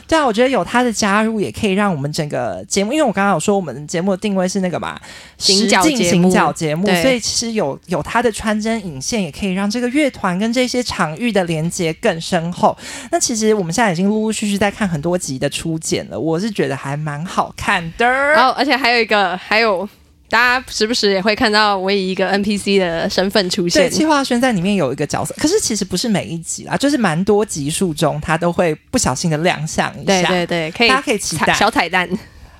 S1: 对啊，我觉得有她的加入，也可以让我们整个节目，因为我刚刚有说我们节目的定位是那个嘛，
S2: 行
S1: 实
S2: 脚
S1: 境
S2: 节
S1: 行
S2: 目
S1: 脚节目，
S2: 对
S1: 所以其实有有她的穿针引线，也可以让这个乐团跟这些场域的连接更深厚。那其实我们现在已经陆陆续续在看很多集的初剪了，我是觉得还蛮好看的。
S2: 然后而且还有一个，还有大家时不时也会看到我以一个 NPC 的身份出
S1: 对，
S2: 现，
S1: 企划轩在里面有一个角色，可是其实不是每一集啦，就是蛮多集数中，他都会不小心的亮相一
S2: 对
S1: 下。
S2: 对对，可以
S1: 大家可以期待
S2: 彩小彩蛋，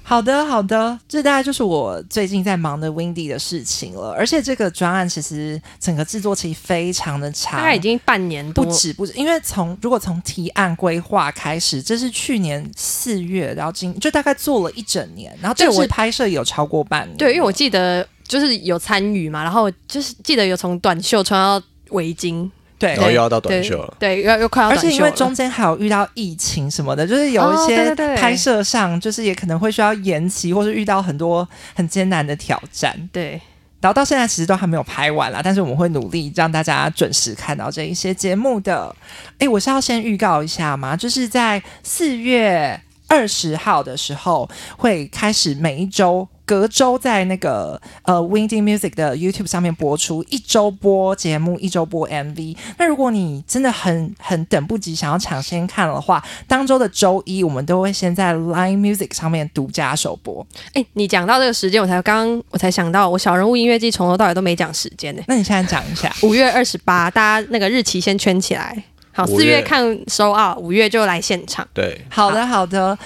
S1: 好的，好的，这大概就是我最近在忙的 Windy 的事情了。而且这个专案其实整个制作期非常的长，
S2: 大概已经半年多
S1: 不，止不止，因为从如果从提案规划开始，这是去年四月，然后今就大概做了一整年，然后
S2: 对
S1: 正式
S2: 我
S1: 拍摄有超过半年。
S2: 对，因为我记得就是有参与嘛，然后就是记得有从短袖穿到围巾，
S1: 对
S3: 哦然后又要到短袖了。
S2: 对，又又快要
S1: 而
S2: 短袖
S1: 且因为
S2: 了
S1: 中间还有遇到疫情什么的，就是有一
S2: 哦
S1: 些
S2: 对对对
S1: 拍摄上，就是也可能会需要延期，或是遇到很多很艰难的挑战。
S2: 对
S1: 然后到现在其实都还没有拍完啦，但是我们会努力让大家准时看到这一些节目的。诶，我是要先预告一下吗？就是在四月。二十号的时候会开始每一周。隔周在那个呃 Windy Music 的 YouTube 上面播出，一周播节目，一周播 MV。那如果你真的很很等不及想要抢先看的话，当周的周一我们都会先在 Line Music 上面独家首播。
S2: 哎、你讲到这个时间，我才刚我才想到，我小人物音乐季从头到尾都没讲时间呢、
S1: 那你现在讲一下，
S2: 五月二十八，大家那个日期先圈起来。好，
S3: 五
S2: 四
S3: 月
S2: 月看收啊，五月就来现场。
S3: 对，
S1: 好的，好的。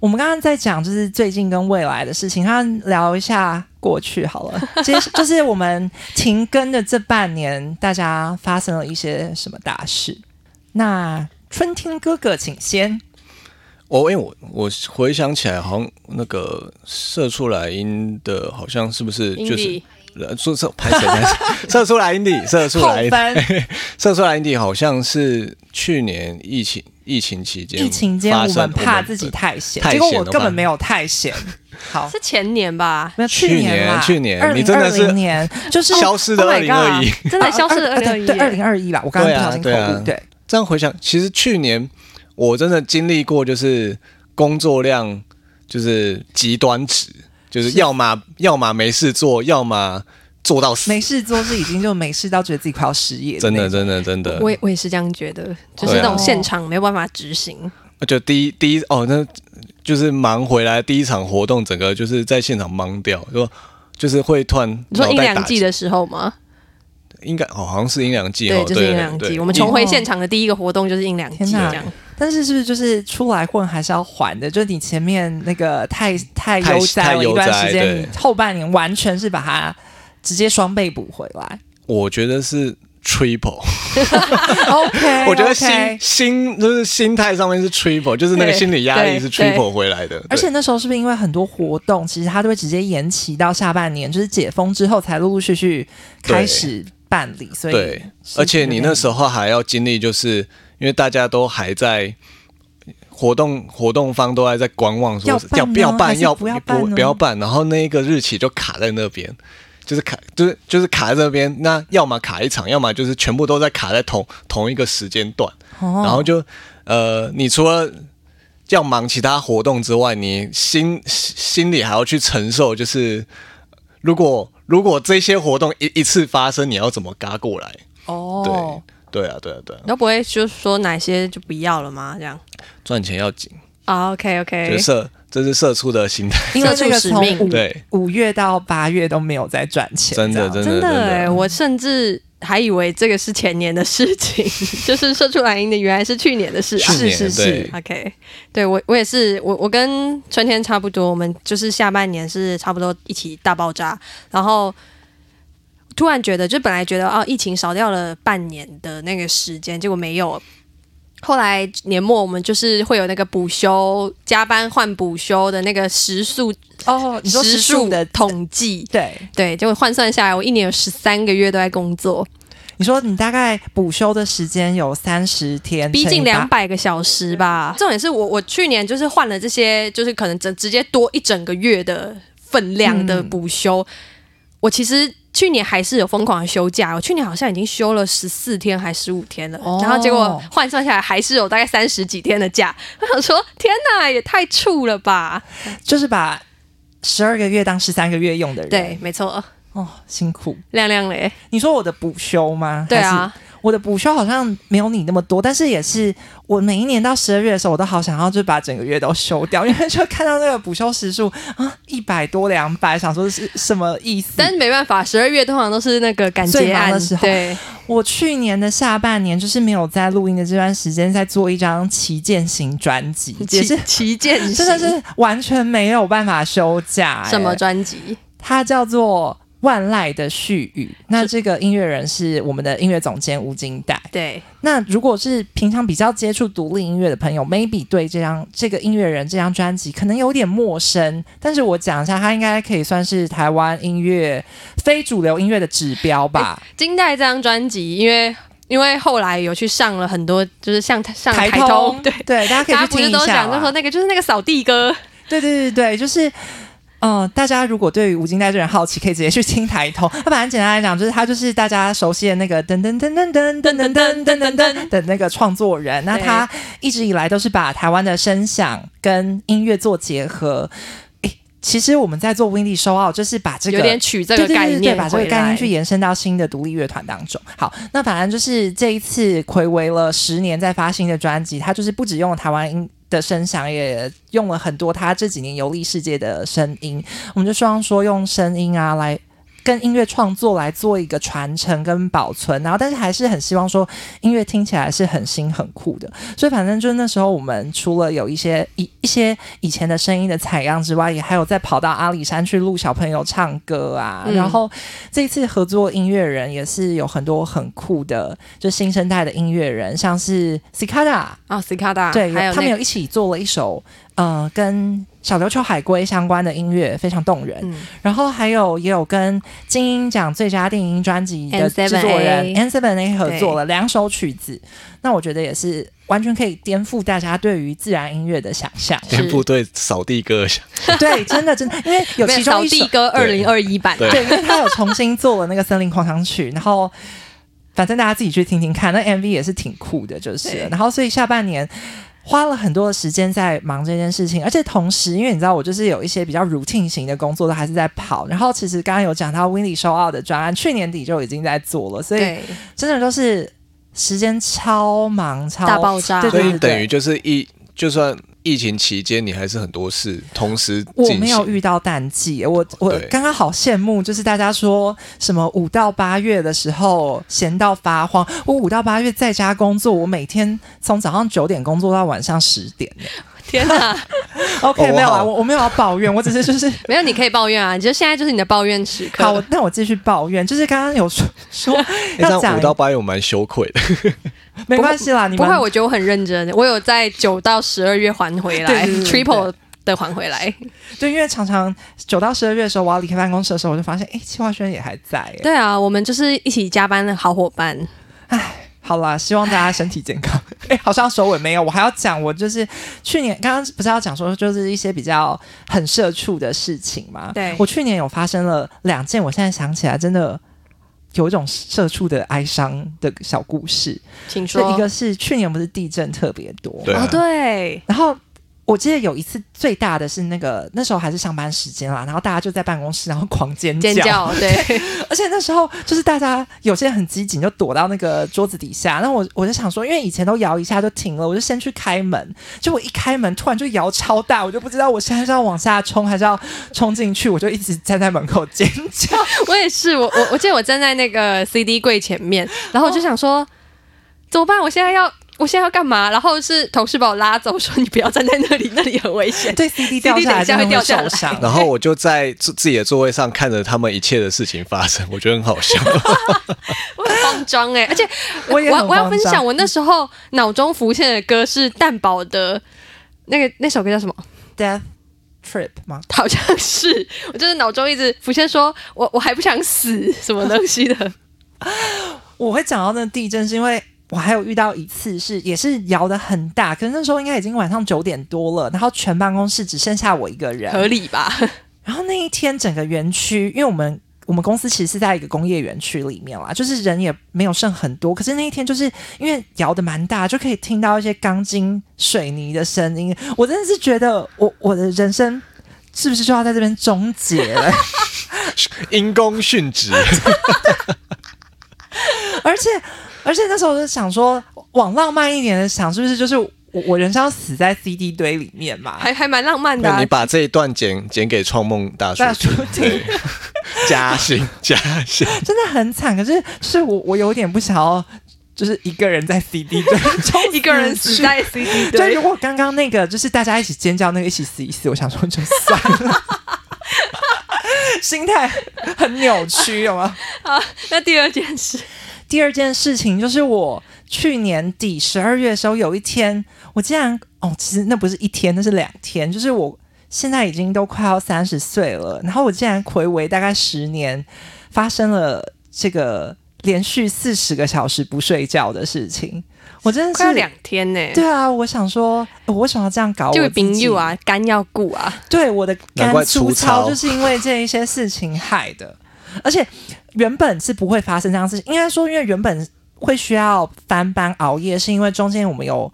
S1: 我们刚刚在讲就是最近跟未来的事情，那聊一下过去好 了。其实就是我们停更的这半年，大家发生了一些什么大事？那春天哥哥，请先。
S3: 我、哦因为我我回想起来，好像那个射出来音的，好像是不是就是
S2: Indie
S3: 呃，射射拍谁拍 谁，射出来音的，射出
S1: 扣
S3: 来音
S1: 分，
S3: 射出来音的，好像是去年疫情疫情期间
S1: 疫情间
S3: 发
S1: 我
S3: 生
S1: 们怕自己太闲，
S3: 太
S1: 结果
S3: 闲
S1: 我
S3: 了
S1: 根本
S3: 吧
S1: 没有太闲。好，
S2: 是前年吧？
S1: 没有
S3: 去
S1: 年啦，
S3: 年去年
S1: 二
S3: 你
S1: 零
S3: 真
S1: 二
S3: 的是
S1: 零年就是
S3: 消失的
S2: Oh
S3: 二
S2: my
S3: 零二
S2: god，
S3: 一。
S2: 真的消失的
S1: 啊
S2: 二零二
S1: 对
S2: 一。
S1: 对二零二一啦，我刚刚
S3: 对
S1: 不
S3: 啊
S1: 小心口
S3: 对啊
S1: 误，对，
S3: 这样回想，其实去年我真的经历过，就是工作量就是极端值，就是
S1: 是
S3: 要么要么没事做，要么做到死
S1: 没。事做是已经就没事到觉得自己快要失业，
S3: 真的，真的，真的，
S2: 我也我也是这样觉得，就是
S3: 对啊
S2: 那种现场没有办法执行。
S3: 就第一第一哦，那就是忙回来第一场活动，整个就是在现场忙掉，说就是会突然
S2: 你说
S3: 脑
S2: 阴
S3: 袋
S2: 凉
S3: 打
S2: 季
S3: 结，
S2: 的时候吗？
S3: 应该哦，好像是阴凉季
S2: 对
S3: 哦，，
S2: 就是阴凉
S3: 对
S2: 季。
S3: 对
S2: 我们
S3: 你
S2: 重回现场的第一个活动就是阴凉季，
S1: 天
S2: 这
S1: 哪
S2: 样。
S1: 但是是不是就是出来混还是要还的？就是你前面那个太太
S3: 太
S1: 悠哉了
S3: 太悠
S1: 一段时
S3: 哉
S1: 间，你
S3: 对
S1: 后半年完全是把它直接双倍补回来。
S3: 我觉得是 triple。
S1: OK，
S3: 我觉得
S1: OK
S3: 心心就是心态上面是 triple，就是那个
S2: 对
S3: 心理压力是
S2: 对
S3: triple 回来的。
S1: 而且
S3: 对
S1: 那时候是不是因为很多活动，其实它都会直接延期到下半年，就是解封之后才陆陆续续开始办理，所以
S3: 对，而且你那时
S1: 候
S3: 候还要经历，就是因为大家都还在活动活动方都还在观望，说
S1: 要
S3: 是
S1: 办
S3: 要
S1: 呢
S3: 不要
S1: 还
S3: 办，
S1: 是
S3: 要
S1: 不要办哦
S3: 不
S1: 呢
S3: 不要办，然后那一个日期就卡在那边。就是卡，就是就是卡在这边，那要么卡一场，要么就是全部都在卡在同同一个时间段。
S1: 哦
S3: 然后就呃，你除了要忙其他活动之外，你心心心里还要去承受，就是如果如果这些活动一一次发生，你要怎么嘎过来？
S1: 哦，
S3: 对啊，对啊，对啊
S2: 你，都不会就说哪些就不要了吗？这样。
S3: 赚钱要紧，
S2: 啊，OK
S3: 就是
S2: OK，
S3: 社这是社畜的 心态，
S1: 因为那个
S2: 社畜使
S1: 从
S2: 命
S1: 五
S3: 对，
S1: 五月到八月都没有在赚钱，
S3: 真
S1: 这
S3: 的
S1: 样
S3: 真的
S2: 真
S3: 真
S2: 的哎，
S3: 的，
S2: 我甚至还以为这个是前年的事情， 就是射出来音的原来是去年的事啊
S3: 去。年
S1: 是是是
S3: 对
S2: OK，对我我也是，我我跟春天差不多，我们就是下半年是差不多一起大爆炸，然后突然觉得，就本来觉得哦，疫情少掉了半年的那个时间，结果没有。后来年末我们就是会有那个补休、加班换补休的那个时数、
S1: 哦，你说
S2: 时
S1: 时数
S2: 数
S1: 的
S2: 统计，
S1: 对，
S2: 对，结果换算下来，我一年有十三个月都在工作，
S1: 你说你大概补休的时间有三十天，
S2: 逼
S1: 乘以八
S2: 近两百个小时吧。重点是我我去年就是换了这些，就是可能直直接多一整个月的分量的补休。嗯我其实去年还是有疯狂的休假，我去年好像已经休了十四天还十五天了，
S1: 哦
S2: 然后结果换算下来还是有大概三十几天的假。我想说，天哪，也太怵了吧？
S1: 就是把十二个月当十三个月用的人，
S2: 对，没错，
S1: 哦，辛苦。
S2: 亮亮嘞，
S1: 你说我的补休吗？
S2: 对
S1: 还是
S2: 啊，
S1: 我的补休好像没有你那么多，但是也是我每一年到十二月的时候，我都好想要就把整个月都休掉，因为就看到那个补休时数啊一百多两百，想说是什么意思？
S2: 但是没办法，十二月通常都是那个感
S1: 最
S2: 觉
S1: 忙
S2: 案
S1: 的时候
S2: 对。
S1: 我去年的下半年就是没有在录音的这段时间，在做一张旗舰型专辑，也是
S2: 旗舰 型，
S1: 真的是完全没有办法休假、
S2: 什么
S1: 欸
S2: 专辑？
S1: 它叫做。万籁的絮语，那这个音乐人是我们的音乐总监吴金代。
S2: 对，
S1: 那如果是平常比较接触独立音乐的朋友，maybe 对这张这个音乐人这张专辑可能有点陌生，但是我讲一下，他应该可以算是台湾音乐非主流音乐的指标吧。
S2: 金代这张专辑，因为因为后来有去上了很多，就是像上台
S1: 通，
S2: 通，对，
S1: 对，大家可以
S2: 大家
S1: 去
S2: 不
S1: 听
S2: 是
S1: 一
S2: 都
S1: 下
S2: 讲就说
S1: 啦。
S2: 那个就是那个扫地歌，
S1: 对对对对，就是。嗯，大家如果对于吴金代这人好奇，可以直接去听台通。它反正简单来讲，就是他就是大家熟悉的那个噔噔噔噔噔噔噔噔噔噔噔的那个创作人。那他一直以来都是把台湾的声响跟音乐做结合。诶其实我们在做 Windy Show Out，就是把这个
S2: 有点取这
S1: 对
S2: 个
S1: 对
S2: 概
S1: 对
S2: 念
S1: 对，把这个
S2: 回
S1: 概念
S2: 来
S1: 去延伸到新的独立乐团当中。好，那反正就是这一次暌违了十年再发新的专辑，它就是不只用了台湾音。的声响也用了很多他这几年游历世界的声音，我们就希望说用声音啊来跟音乐创作来做一个传承跟保存，然后但是还是很希望说音乐听起来是很新很酷的，所以反正就是那时候我们除了有一些一一些以前的声音的采样之外，也还有再跑到阿里山去录小朋友唱歌啊，
S2: 嗯
S1: 然后这次合作音乐人也是有很多很酷的，就新生代的音乐人，像是 Cicada，
S2: 啊，斯卡达，
S1: 对，
S2: 还有
S1: 他们
S2: 那
S1: 有
S2: 个
S1: 一起做了一首呃跟小琉球海龟相关的音乐，非常动人。
S2: 嗯
S1: 然后还有也有跟金鹰奖最佳电影专辑的制
S2: N7A
S1: 作人 N Seven A 合作了两首曲子，那我觉得也是完全可以颠覆大家对于自然音乐的想象。
S2: 是
S3: 天部队扫地歌想，
S1: 对，真的真的，因为有
S2: 没有
S1: 其中
S2: 扫
S1: 一首
S2: 地歌二零二一版，
S3: 对
S1: 对，因为他有重新做了那个森林狂想曲，然后。反正大家自己去听听看，那 MV 也是挺酷的，就是了
S2: 对。
S1: 然后，所以下半年花了很多的时间在忙这件事情，而且同时，因为你知道，我就是有一些比较 routine 型的工作都还是在跑。然后，其实刚刚有讲到 w i n n y 收 out 的专案，去年底就已经在做了，所以
S2: 对，
S1: 真的都是时间超忙超
S2: 大爆炸
S1: 对
S3: 所
S1: 对
S3: 以
S1: 对对
S3: 等于就是疫，就算疫情期间，你还是很多事同时进
S1: 我
S3: 行。
S1: 没有遇到淡季，我我
S3: 对
S1: 刚刚好羡慕，就是大家说什么五到八月的时候闲到发慌，我五到八月在家工作，我每天从早上九点工作到晚上十点。
S2: 天哪，
S1: OK，、
S3: 哦
S1: 没有
S3: 我
S1: 啊，
S3: 好
S1: 我我没有要抱怨，我只是 就是
S2: 没有，你可以抱怨啊，你就现在就是你的抱怨时刻。
S1: 好，我那我继续抱怨，就是刚刚有说 说
S3: 那
S1: 要
S3: 这样
S1: 讲
S3: 五，到八月我蛮羞愧的，
S1: 没关系啦，你
S2: 不
S1: 们
S2: 会，我觉得我很认真，我有在九到十二月还回来
S1: 对对对对
S2: ，triple 的还回来。
S1: 对，因为常常九到十二月的时候，我要离开办公室的时候，我就发现，哎，企划轩也还在、诶
S2: 对啊，我们就是一起加班的好伙伴。
S1: 好啦，希望大家身体健康。 哎、好像首尾没有，我还要讲，我就是去年刚刚不是要讲说，就是一些比较很社畜的事情嘛。
S2: 对
S1: 我去年有发生了两件，我现在想起来真的有一种社畜的哀伤的小故事。
S2: 请
S1: 是
S2: 说
S1: 一个是去年不是地震特别多，
S3: 对啊
S2: 哦，对，
S1: 然后。我记得有一次最大的是那个那时候还是上班时间啦，然后大家就在办公室，然后狂
S2: 尖叫，对，
S1: 而且那时候就是大家有些人很机警，就躲到那个桌子底下。那我我就想说，因为以前都摇一下就停了，我就先去开门。结果一开门，突然就摇超大，我就不知道我现在是要往下冲还是要冲进去，我就一直站在门口尖 叫。
S2: 我也是，我我我记得我站在那个 CD 柜前面，然后
S1: 哦
S2: 我就想说，怎么办？我现在要我现在要干嘛？然后是同事把我拉走，说你不要站在那里， 那里很危险。
S1: 对，CD 掉下来真的会受伤。
S3: 然后我就在自自己的座位上看着他们一切的事情发生，我觉得很好笑。
S2: 我很慌张哎、而且
S1: 我也
S2: 我
S1: 很
S2: 要我要分
S1: 慌张
S2: 享，我那时候脑中浮现的歌是蛋宝的那个那首歌叫什么？
S1: Death Trip 吗？
S2: 好像是，我就是脑中一直浮现说，我我还不想死什么东 西的。
S1: 我会讲到那地震，是因为我还有遇到一次是也是摇的很大，可是那时候应该已经晚上九点多了，然后全办公室只剩下我一个人，
S2: 合理吧？
S1: 然后那一天整个园区，因为我们我们公司其实是在一个工业园区里面啦，就是人也没有剩很多，可是那一天就是因为摇的蛮大，就可以听到一些钢筋水泥的声音。我真的是觉得我我的人生是不是就要在这边终结了？
S3: 因公殉 职，
S1: 而且而且那时候就想说，往浪漫一点的想，是不是就是我我人生要死在 CD 堆里面嘛？
S2: 还还蛮浪漫的啊、
S3: 那你把这一段剪剪给创梦大叔
S1: 大叔听
S3: 对，加薪加 薪，
S1: 真的很惨，可是就是我我有点不想要，就是一个人在 CD 堆中
S2: 一个人死
S1: 去
S2: 在 CD
S1: 就
S2: 堆
S1: 如，果刚刚那个就是大家一起尖叫那个一起死一死，我想说就算 了，心态很扭曲，有吗？
S2: 那第二件 事，
S1: 第二件事情就是我去年底十二月的时候，有一天我竟然哦，其实那不是一天，那是两天，就是我现在已经都快要三十岁了，然后我竟然回违大概十年，发生了这个连续四十个小时不睡觉的事情，我真的
S2: 快要
S1: 是
S2: 两天呢、
S1: 对啊，我想说，呃我为什么要这样搞我
S2: 就
S1: 自
S2: 是
S1: 己？
S2: 朋友啊，肝要顾啊，
S1: 对我的
S3: 难
S1: 肝
S3: 怪
S1: 粗
S3: 粗糙
S1: 糙，就是因为这一些事情害的。而且原本是不会发生这样的事情，应该说，因为原本会需要翻班熬夜，是因为中间我们有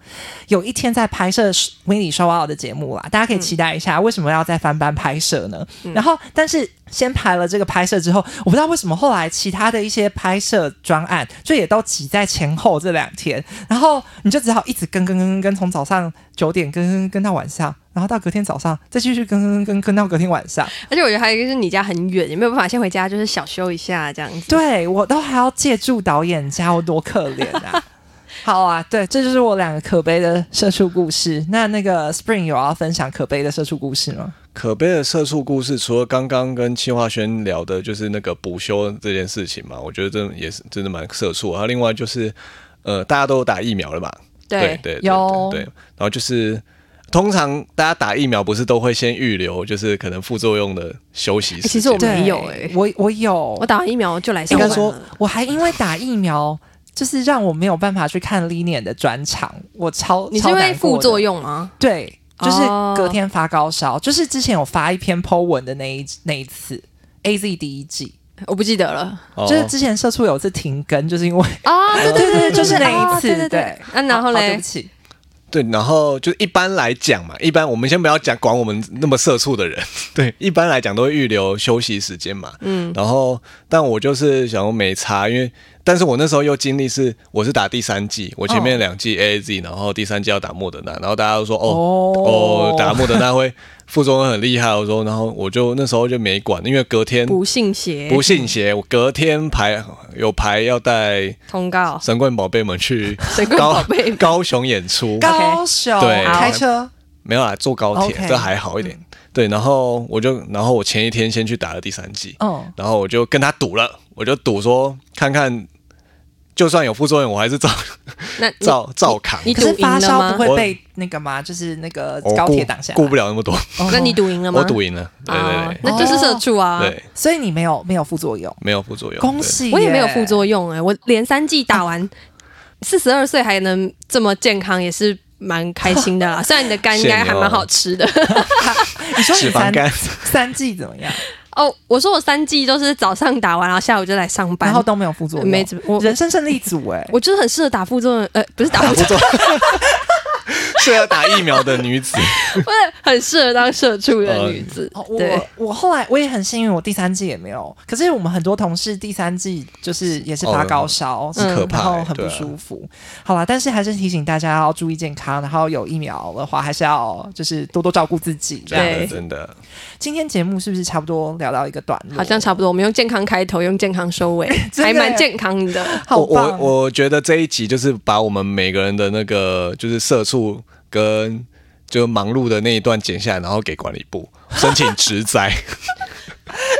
S1: 有一天在拍摄《维尼收奥》的节目啦，大家可以期待一下，为什么要在翻班拍摄呢？然后，但是先排了这个拍摄之后，我不知道为什么后来其他的一些拍摄专案就也都挤在前后这两天，然后你就只好一直跟跟跟跟跟，从早上九点跟跟跟到晚上，然后到隔天早上再继续跟跟跟跟跟到隔天晚上。
S2: 而且我觉得还有一个是你家很远，也没有办法先回家，就是小休一下这样子。
S1: 对我都还要借助导演家，我多可怜 啊！好啊，对，这就是我两个可悲的社畜故事。那那个 Spring 有要分享可悲的社畜故事吗？
S3: 可悲的社畜故事，除了刚刚跟戚化轩聊的，就是那个补休这件事情嘛，我觉得这也是真的蛮社畜。还有另外就是，呃，大家都有打疫苗了嘛？对对对
S1: 有
S3: 对，然后就是通常大家打疫苗不是都会先预留，就是可能副作用的休息时
S2: 哎
S3: 间
S2: 其实我
S1: 对，
S2: 没有欸
S1: 我我有
S2: 我，打完疫苗就来上
S3: 应
S2: 班
S3: 该说
S2: 了。
S1: 我还因为打疫苗，就是让我没有办法去看 Linian 的专场，我超
S2: 你是因为副作
S1: 用
S2: 用吗？
S1: 对，就是
S2: 哦
S1: 隔天发高烧，就是之前有发一篇 Po 文的那一那一次 A Z 第一季。
S2: 我不记得了
S3: 哦
S1: 就是之前社畜有一次停更，就是因为
S2: 啊，对
S1: 对对对就是那一
S2: 哦
S1: 次
S2: 对对
S1: 对哦
S2: 对。啊，然后
S1: 好对
S2: 嘞
S1: 不，起，
S3: 对，然后就一般来讲嘛，一般我们先不要讲管我们那么社畜的人， 对，一般来讲都会预留休息时间嘛。嗯，然后但我就是想说没差，因为但是我那时候又经历是我是打第三季，我前面两
S2: 哦
S3: 季 A A Z，、然后第三季要打莫德纳，然后大家都说哦
S1: 哦
S3: 哦打莫德纳会副作用很厉害，我说，然后我就那时候就没管，因为隔天
S2: 不信邪
S3: 不信邪，我隔天排有排要带
S2: 通 告，
S3: 神棍宝贝们去
S2: 神棍
S3: 高
S2: 宝贝们
S3: 高 雄演出，
S1: 高雄
S3: 对
S1: 开车
S3: 没有啦，坐高铁
S1: OK
S3: 这还好
S2: 嗯
S3: 一点。对，然后我就，然后我前一天先去打了第三
S2: 哦
S3: 剂，
S1: 嗯，
S3: 然后我就跟他赌了，我就赌说看看，就算有副作用，我还是照
S2: 那你
S3: 照照扛。
S2: 你
S1: 可
S2: 赌赢
S1: 是发
S2: 了
S1: 烧不
S2: 吗？
S1: 会
S3: 我
S1: 被那个吗？就是那个
S3: 我
S1: 高铁
S3: 顾
S1: 挡下来，
S3: 顾不了那么多，
S1: 哦
S2: 那你赌赢了吗？
S3: 我赌赢了，对
S2: 啊
S3: 对对，
S2: 那就是社畜啊。
S3: 对，
S1: 所以你没有没有副作用，
S3: 没有副作用，
S1: 恭
S3: 对
S1: 喜耶！
S2: 我也没有副作用哎、我连三剂打
S1: 啊
S2: 完，四十二岁还能这么健康，也是蛮开 心的啦。虽然你的肝应该还蛮好吃的
S1: 你说你
S3: 脂肪
S1: 三
S3: 肝
S1: 三剂怎么样？
S2: 哦，我说我三剂都是早上打完，然后下午就来上班，
S1: 然后都没有副作用，
S2: 没怎么我
S1: 人生胜利组哎，
S2: 我就是很适合打副作用，呃，不是打副作 用，
S3: 适合打疫苗的女子，
S2: 不是很适合当社畜的女子。
S1: 哦
S2: 对，
S1: 我我后来我也很幸运，我第三季也没有。可是我们很多同事第三季就是也是发高烧，
S3: 哦
S1: 嗯
S3: 是可怕
S1: 然后
S3: 欸
S1: 很
S3: 对
S1: 不
S3: 啊
S1: 舒服。好啦，但是还是提醒大家要注意健康，然后有疫苗的话还是要就是多多照顾自己。这
S3: 真
S1: 样，
S2: 对
S3: 的真的。
S1: 今天节目是不是差不多聊到一个段落？
S2: 好像差不多，我们用健康开头，用健康收尾，
S1: 真的
S2: 还蛮健康的。
S1: 好
S3: 我
S1: 棒，
S3: 我我觉得这一集就是把我们每个人的那个就是社畜跟就忙碌的那一段剪下来，然后给管理部申请职灾。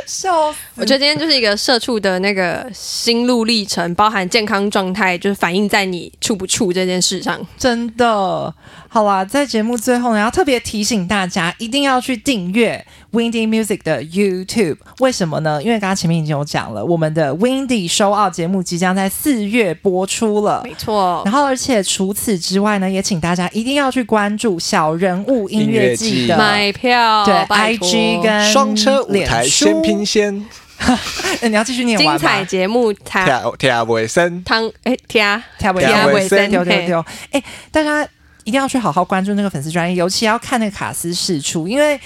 S1: 笑死。
S2: 我觉得今天就是一个社畜的那个心路历程，包含健康状态，就是反映在你处不处这件事上。
S1: 真的，好啦，在节目最后呢，要特别提醒大家，一定要去订阅 Windy Music 的 YouTube。为什么呢？因为刚刚前面已经有讲了，我们的 Windy Show Out 节目即将在四月播出了。
S2: 没错，
S1: 然后，而且除此之外呢，也请大家一定要去关注小人物音乐季
S3: 音乐季
S1: 的
S2: 买票，
S1: 对
S2: 拜托
S1: IG 跟
S3: 双车舞
S1: 嗯
S3: 台
S1: 脸书
S3: 先拼先，
S1: 呃你要继续念完
S2: 精
S1: 吗
S2: 彩节目，他
S3: 跳跳尾声。
S2: 汤哎他
S1: 跳不
S3: 跳
S1: 跳
S3: 尾声
S1: 丢丢
S2: 嘿
S1: 丢！哎，大家一定要去好好关注那个粉丝专业，尤其要看那个卡斯试出，因为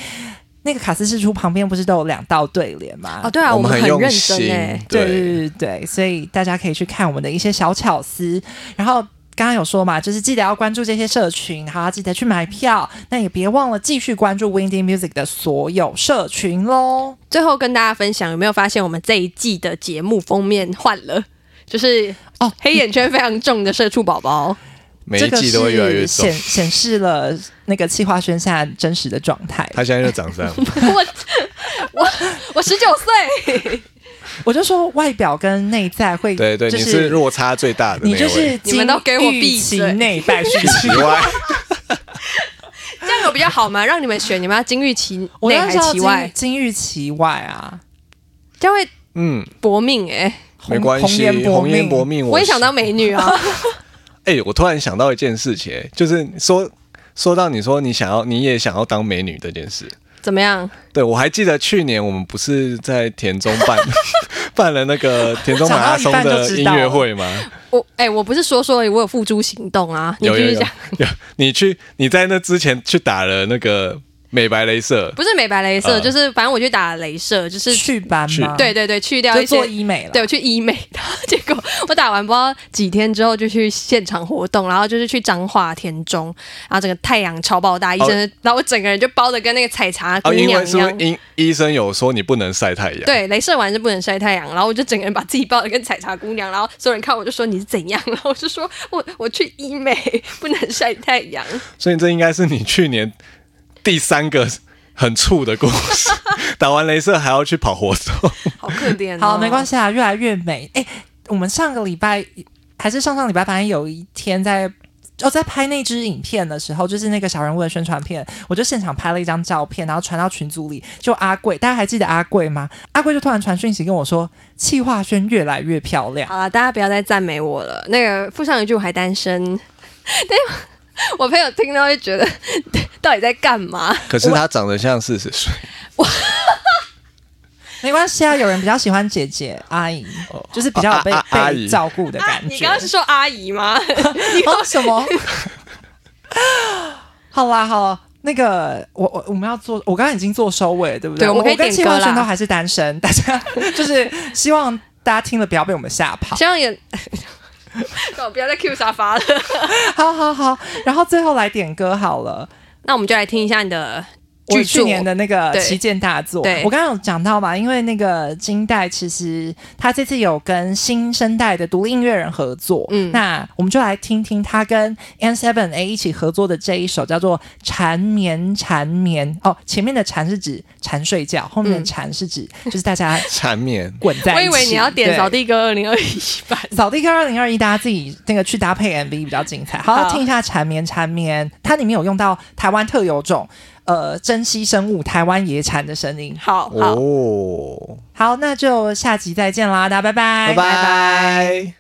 S1: 那个卡斯试出旁边不是都有两道对联吗？
S2: 哦，对啊，我
S3: 们
S2: 们
S3: 很
S2: 很
S3: 用
S2: 认真
S3: 心
S2: 哎，，
S1: 对
S3: 对，
S1: 对对对，所以大家可以去看我们的一些小巧思，然后。刚刚有说嘛，就是记得要关注这些社群，然后要记得去买票，那也别忘了继续关注 Windy Music 的所有社群喽。
S2: 最后跟大家分享，有没有发现我们这一季的节目封面换了？ 就是
S1: 哦
S2: 哦，黑眼圈非常重的社畜宝 宝，
S3: 每
S1: 这
S3: 一
S1: 个
S3: 季都会越来越
S1: 是
S3: 重
S1: 显。显示了那个气化轩现在真实的状态。
S3: 他现在就长这样，啊
S2: 我我 我十九岁，
S1: 我就说外表跟内在会，
S3: 对对，
S1: 就
S3: 你是落差最大的那
S1: 你
S3: 位，
S1: 就是
S2: 你们都给我闭
S1: 金玉
S2: 嘴
S1: 其内 败絮
S3: 奇怪，
S2: 这样有比较好吗？让你们选，你们要金玉其
S1: 我
S2: 内
S1: 当
S2: 还
S1: 时要
S2: 其
S1: 金
S2: 外，
S1: 金玉其外啊，
S2: 这样会
S3: 嗯，
S2: 搏命哎！
S1: 红
S3: 没关系，红
S1: 红
S3: 颜
S1: 颜
S3: 薄
S1: 薄
S3: 命，
S2: 我也想当美女啊，
S3: 哎、我突然想到一件事情、哎就是说说到你说你想要，你也想要当美女这件事。
S2: 怎么样？
S3: 对，我还记得去年我们不是在田中办办了那个田中马拉松
S1: 讲到一半
S3: 的
S1: 就知
S3: 音
S1: 道了
S3: 乐会吗？
S2: 我哎、我不是说说而已，我有付诸行动啊。你
S3: 有
S2: 继
S3: 有
S2: 续
S3: 有
S2: 讲，
S3: 有，你去你在那之前去打了那个美白镭射，
S2: 不是美白镭射，
S3: 呃
S2: 就是反正我去打镭射，就是
S1: 去斑
S3: 去
S1: 吗？
S2: 对，对对，去掉
S1: 就
S2: 一些
S1: 做医美了。
S2: 对，我去医美，然后结果我打完不知道几天之后就去现场活动，然后就是去彰化田中，然后整个太阳超爆大，医生，然后我整个人就包的跟那个采茶姑
S3: 哦，因为
S2: 娘一
S3: 是不
S2: 样。
S3: 是医医生有说你不能晒太阳？
S2: 对，镭射完是不能晒太阳，然后我就整个人把自己包的跟采茶姑娘，然后所有人看我就说你是怎样，然后我就说我我去医美不能晒太阳，
S3: 所以这应该是你去年第三个很醋的故 事。打完镭射还要去跑活动，
S2: 好可怜、哦。
S1: 好，没关
S2: 系，
S1: 系啊，越来越美。哎，我们上个礼拜还是上上礼拜，反正有一天在。哦，在拍那支影片的时候，就是那个小人物的宣传片，我就现场拍了一张照片，然后传到群组里。就阿贵，大家还记得阿贵吗？阿贵就突然传讯息跟我说，气化轩越来越漂 亮。
S2: 好了，啊大家不要再赞美我了。那个附上一句我还单身， 但是我朋友听到会觉得 到底在干嘛？
S3: 可是他长得像四十岁，
S1: 没关系啊，有人比较喜欢姐姐、阿姨，
S3: 哦
S1: 就是比较有被
S3: 啊啊阿
S1: 被
S3: 姨
S1: 照顾的感
S2: 你
S1: 觉。
S2: 刚刚是说阿姨 吗？
S1: 哦什么？ 好啦，好啦那个我我我们要做，我刚刚已经做收尾了，对不
S2: 对
S1: 我
S2: 我们可以
S1: 跟
S2: 点
S1: 戚
S2: 歌
S1: 化轩
S2: 啦
S1: 都还是单身，大家就是希望大家听了不要被我们吓跑。
S2: 希望也， 我不要再 Q 沙发了。
S1: 好好好，然后最后来点歌好了。
S2: 那我们就来听一下你的
S1: 我
S2: 剧
S1: 去
S2: 作。
S1: 年的那个
S2: 对
S1: 旗舰大作，
S2: 对
S1: 我刚刚有讲到嘛，因为那个金代其实他这次有跟新生代的独立音乐人合作，嗯
S2: 嗯，
S1: 那我们就来听听他跟 N Seven A 一起合作的这一首叫做《缠绵缠绵》哦，前面的缠是指缠睡觉，后面的
S2: 嗯
S1: 缠是指、就是大家
S3: 缠绵。
S1: 滚在
S2: 我
S1: 一起。
S2: 以为你要点
S1: 对
S2: 扫地歌二零二一版，
S1: 扫地歌二零二一，大家自己那个去搭配 MV 比较精彩。好，
S2: 好
S1: 听一下《缠绵缠绵》，它里面有用到台湾特有种呃珍稀生物台湾野蝉的声音。
S2: 好好。
S3: 哦，
S1: 好，那就下集再见啦，大家拜拜，
S3: 拜拜。